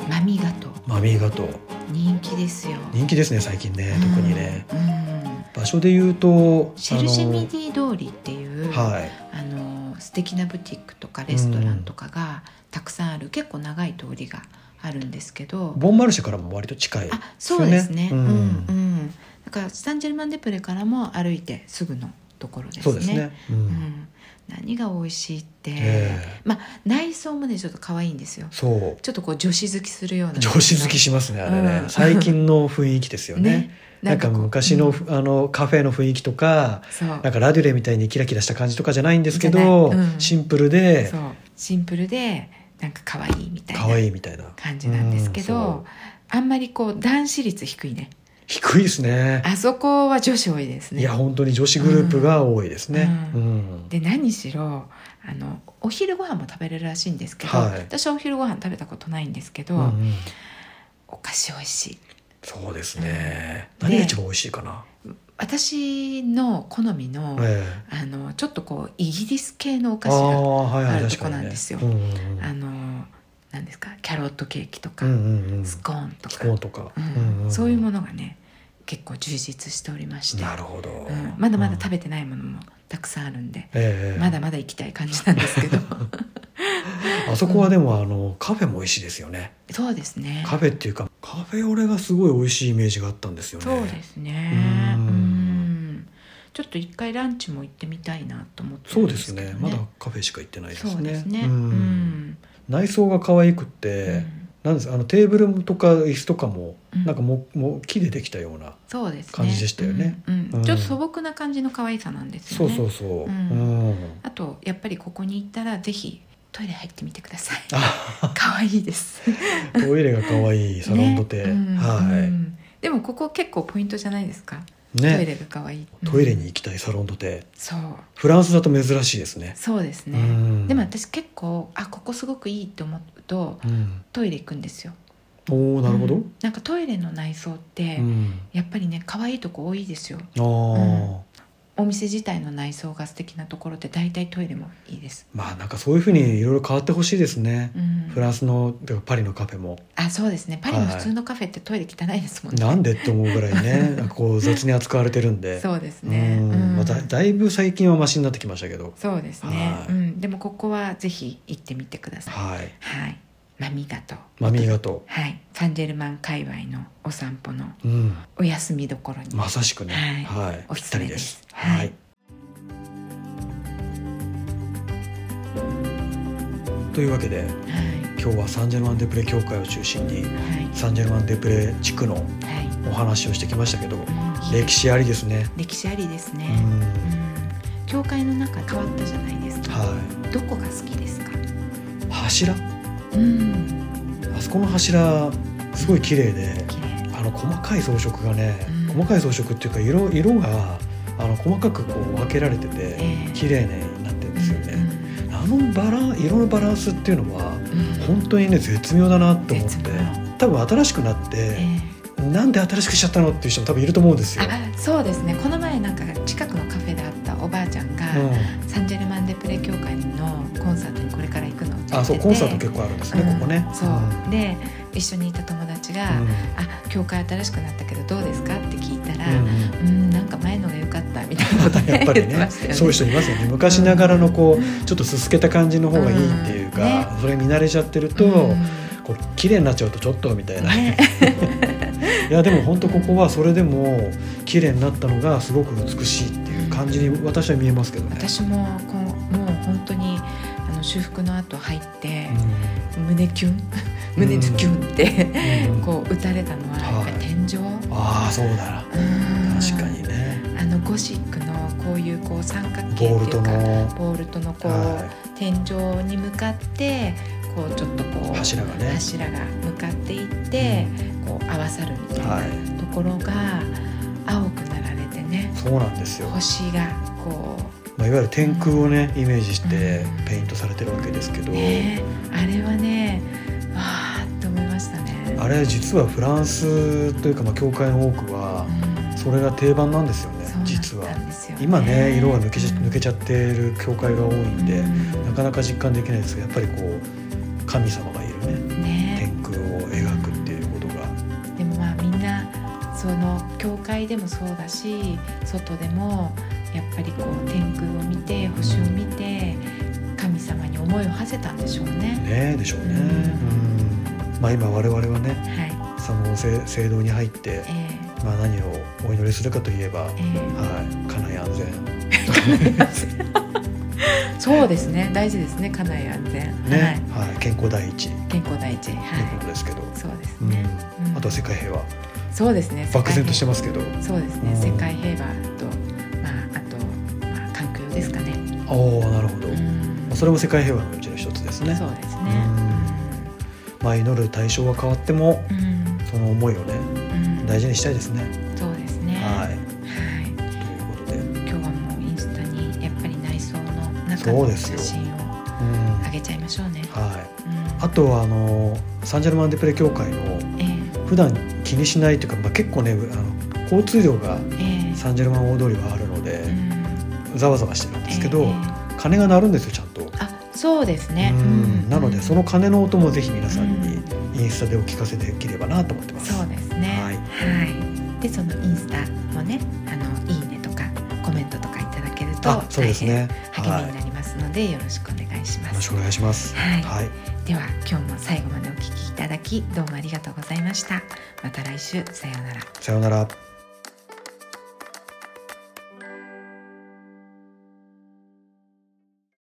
マミガト
マミーガトー
人気ですよ
人気ですね最近ね
うん
特にね、
うん、
場所で言うと
シェルシェミディ通りっていう、
あのはい
あの素敵なブティックとかレストランとかがたくさんある、結構長い通りがあるんですけど
ボンマルシェからも割と近い
あそうですね
です
う
よ
ん
ね
うん、だからサンジェルマンデプレからも歩いてすぐのところですね
そうですね、うん
うん、何が美味しいって、
ええ
まあ内装もねちょっと可愛いんですよ
そう
ちょっとこう女子好きするような
女子好きしますねあれね、
うん
最近の雰囲気ですよねなんか
こう
昔
う
の、
ん
あのカフェの雰囲気とか
そう
なんかラデュレみたいにキラキラした感じとかじゃないんですけ
じゃ
ど、
ないうん
シンプルで
そうシンプルでなんか可愛いみたい
可愛
ない
みたいな
感じなんですけど、
うんそう
あんまりこう男子率低いね
低いですね
あそこは女子多いですね
いや本当に女子グループが多いですね、う
うんんで何しろあのお昼ご飯も食べれるらしいんですけど、
はい
私はお昼ご飯食べたことないんですけど、
うんうん
お菓子美味しい
そうですね、
うん
何が
で
一番美味しいかな、
私の好みの,、
ええ
あのちょっとこうイギリス系のお菓
あ
子
あ
が
はいはい
あると
確かに
こ
ね
なんですよ
うんうんうん
あの何ですかキャロットケーキとか、
うんうんうん
スコーンと
ス
か
コーンとか、
うんそういうも
の
のがね結構充実しておりまして
なるほど、
うんまだまだ
べ、
食べてないものもたくさんあるんで、
ええ
まだまだ行きたい感じなんですけ ど
あそこはでもあのカフェも美味しいですよね
そうですね
カフェっていうかカフェオレがすごい美味しいイメージがあったんですよね
そうですね
う
うんんちょっと一回ランチも行ってみたいなと思って
そ
るん
うです
けど
ねまだカフェしか行ってないですね
そうですね
う
うんん、
内装が可愛くて、
うん
なんですあのテーブルとか椅子とかも、
うん
なんかももう木でできたような
そうですね
感じでしたよね、
うん
うん
ちょっと素朴な感じの可愛さなんです
そ
よ
う
ね
そうそう、
うん
うん
あとやっぱりここに行ったらぜひトイレ入ってみてください
あ
可愛いです
トイレが可愛いサロンドテ、
ねうんう
は
んでもここ結構ポイントじゃないですか、
い
トイレ
ね
が可愛い
トイレ
うん
に行きたいサロンドテ
そう
フランスだと珍しいですね
そうです
う
ね、
ん
でも私結構あここすごくいいと思うと
うん
トイレ行くんですよ
おおなるほど、
う
うん
んなんかトイレの内装って、やっぱりね可愛いとこ多いですよ
ああ、
お店自体の内装が素敵なところって大体トイレもいいです、
まあなんかそういうふうにいろいろ変わってほしいですね、
うん、
フランスのてかパリのカフェも
あそうですねパリの普通のカフェってトイレ汚いですもんね、
なんでって思うぐら いねなんかこう雑に扱われてるんで
そうですね
うん
うん
まあ、だだいぶ最近はマシになってきましたけど
そうですね
は、
う
い
ん、でもここはぜひ行ってみてください
はい
はいマミガと
まあ耳がと
はいサンジェルマン界隈のお散歩の
う、うん、
お休みどころに、
まさしくね
はい
はい、
おすすめです
ぴったり
は
はいいというわけで
は
今日はサンジェルマン・デ・プレ協会を中心に
いはい
サンジェルマン・デ・プレ地区の
はい
お話をしてきましたけど
うん
歴史ありですね。
歴史ありです
う
ね、うん
ん
教会の中変わったじゃないですか、
は
どこが好きですか
い、柱
うん
あそこの柱すごい綺麗で
綺麗
あの細かい装飾がね、
うん
細かい装飾っていうか色色があの細かくこう分けられてて、
ええ
綺麗になってるんですよね、あのバラン色のバランスっていうのは
うんうん
本当にね絶妙だなと思って
絶妙
多分新しくなって、
え
なんで新しくしちゃったのっていう人も多分いると思うんです
え
よ。
あそうですねこの前なんか近くのカフェで会ったおばあちゃんが、
うん
サンジェルマン・デ・プレ協会のコンサートにこれから行くのって言ってて
あそうコンサート結構あるんですね、
うん
ここね。
そう、
ん
で一緒にいた友達が「あ教会新しくなったけどどうですか?」って聞いたら
うん
「
うん
うんなんか前のが良かった」みたいなこと、ね、
やっぱり
言って
ね
ましたよ
そういう人いますよね昔ながらのこうちょっとすすけた感じの方がいいっていうか、それ見慣れちゃってると、
うん
こう綺麗になっちゃうとちょっとみたいな、
ね
いやでも本当ここはそれでも綺麗になったのがすごく美しいっていう感じに私は見えますけどね。
私もこうもう本当にあの修復の後入って
うん、
胸キュン胸ズキュンって
うん
こう打たれたのはやっぱり天井、
ああそうだな
うん
確かにね
あのゴシックのこういうこう三角形
ボー
っ
ル
てい
と
うか
の、
ボールとのこう、
は
天井に向かってこうちょっとこう
い、柱がね。
柱が向かっていって、こう合わさるみたいな、
はい、
ところが青くなられてね
そうなんですよ、
星がこ
まあ、いわゆる天空をねイメージして
うん
ペイントされてるわけですけど、
うねあれはねわーって思いましたね。
あれ実はフランスというかまあ教会の多くは
うん
それが定番なんですよね
そう
実
だ
は
ったんですよね
今ね色が抜けちゃ
うん
抜けちゃってる教会が多いんで、
うん
なかなか実感できないですがやっぱりこう神様がいるね
ね
天空を描くっていうことが
でもまあみんなその教会でもそうだし外でもやっぱりこう天空を見て星を見て神様に思いを馳せたんでしょうね。
ねでしょうね。うんまあ、今我々はね
はい、
その聖聖堂に入って
え、ー
まあ、何をお祈りするかといえば、
えー
はい、家内安全
そうですね大事ですね家内安全、
ね、はい健康第一と
はい、健康第一は
いうこと
い
ですけど、
そうです
うん
ね、うん
あとは世界平和
そうですね
漠然として
ま
ますけど
すそうですね、
うん
世界平和とまああと、まあ、環境ですかね、
おおなるほど、
うん
それも世界平和のうちの一つですね
そうですね
まあ、祈る対象が変わっても
うん、うん
その思いをね
うん
大事にしたいですね、
そうですね
は
はいい
ということで、
今日はもうインスタにやっぱり内装の中
そう
の
です
写真
よ
を
うん
あげちゃいましょうね
はい、
うん
あとはあのサンジェルマン・デ・プレ教会の
ええ
普段気にしないというか、まあ、結構ねあの交通量が
ええ
サンジェルマン大通りはあるので
うん
ざわざわしてるんですけど、
ええ
鐘が鳴るんですよちゃんと。
あそうですね
う
うんん
なのでその鐘の音もぜひ皆さんに
う
インスタでお聞かせできればなと思ってます。
そうですね。は。
はいい
でそのインスタもね、あのいいねとかコメントとかいただけると
あそう
大
です
変
ね。は
励み
い
になりますので、よろしくお願いしま
よろし
す。
くお願いします。
はい
はい、
では今日も最後までお聞きいただきどうもありがとうございました。また来週さようなら。
さようなら。